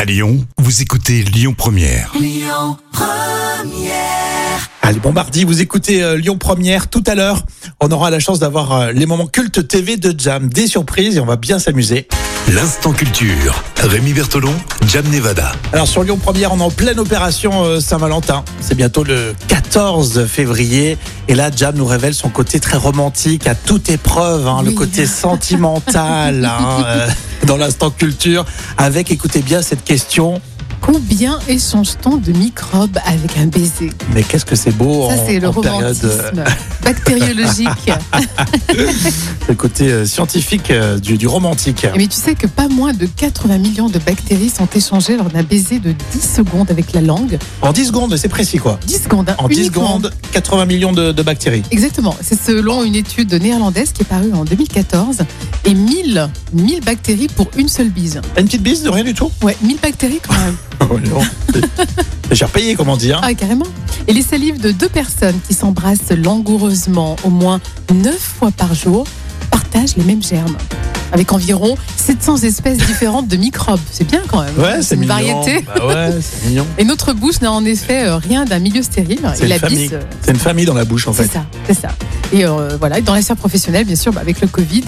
À Lyon, vous écoutez Lyon Première. Allez, bon mardi, vous écoutez euh, Lyon Première tout à l'heure. On aura la chance d'avoir euh, les moments cultes TV de Jam, des surprises et on va bien s'amuser. L'instant culture. Rémi Bertolon, Jam Nevada. Alors sur Lyon Première, on est en pleine opération euh, Saint-Valentin. C'est bientôt le 14 février et là Jam nous révèle son côté très romantique à toute épreuve, hein, le Oui. côté sentimental hein, euh, dans l'instant culture. Avec, écoutez bien cette question. Combien échange-t-on de microbes avec un baiser Mais qu'est-ce que c'est beau Ça, en- c'est le en période. romantisme euh, bactériologique. le côté euh, scientifique euh, du, du romantique. Mais tu sais que pas moins de 80 millions de bactéries sont échangées lors d'un baiser de 10 secondes avec la langue. En 10 secondes, c'est précis quoi. 10 secondes, hein, En 10 uniquement. secondes, 80 millions de, de bactéries. Exactement. C'est selon une étude néerlandaise qui est parue en 2014. Et 1000, 1000 bactéries pour une seule bise. Une petite bise de rien du tout Ouais, 1000 bactéries quand même. Oh non. C'est cher payé, comment dire. Ah, carrément. Et les salives de deux personnes qui s'embrassent langoureusement au moins 9 fois par jour partagent les mêmes germes. Avec environ 700 espèces différentes de microbes. C'est bien quand même. Ouais, c'est une mignon. variété. Bah ouais, c'est mignon. Et notre bouche n'a en effet euh, rien d'un milieu stérile. C'est Et une la famille. bise, euh, C'est une famille dans la bouche en c'est fait. ça, c'est ça. Et euh, voilà, et dans la sphère professionnelle, bien sûr, bah, avec le Covid,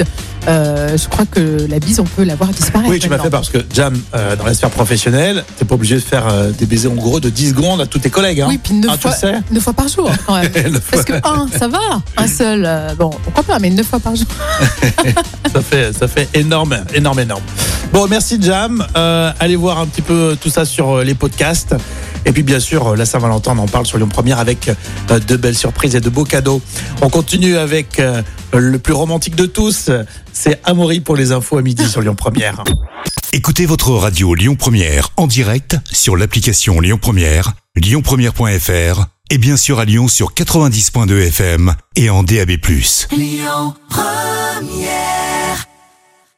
euh, je crois que la bise, on peut la voir disparaître. Oui, tu m'as fait maintenant. parce que Jam, euh, dans la sphère professionnelle, t'es pas obligé de faire euh, des baisers en gros de 10 secondes à tous tes collègues. Hein. Oui, puis neuf Ah, tu fois, le sais neuf fois par jour quand même. Le fois, Parce que un, ça va, un seul, euh, bon, pourquoi pas, mais neuf fois par jour. ça, fait, ça fait énorme, énorme, énorme. Bon, merci Jam. Euh, allez voir un petit peu tout ça sur euh, les podcasts. Et puis bien sûr, euh, la Saint-Valentin, on en parle sur Lyon Première avec euh, de belles surprises et de beaux cadeaux. On continue avec euh, le plus romantique de tous. C'est Amaury pour les infos à midi sur Lyon Première. Écoutez votre radio Lyon Première en direct sur l'application Lyon Première, lyonpremière.fr et bien sûr à Lyon sur 90.2 FM et en DAB+.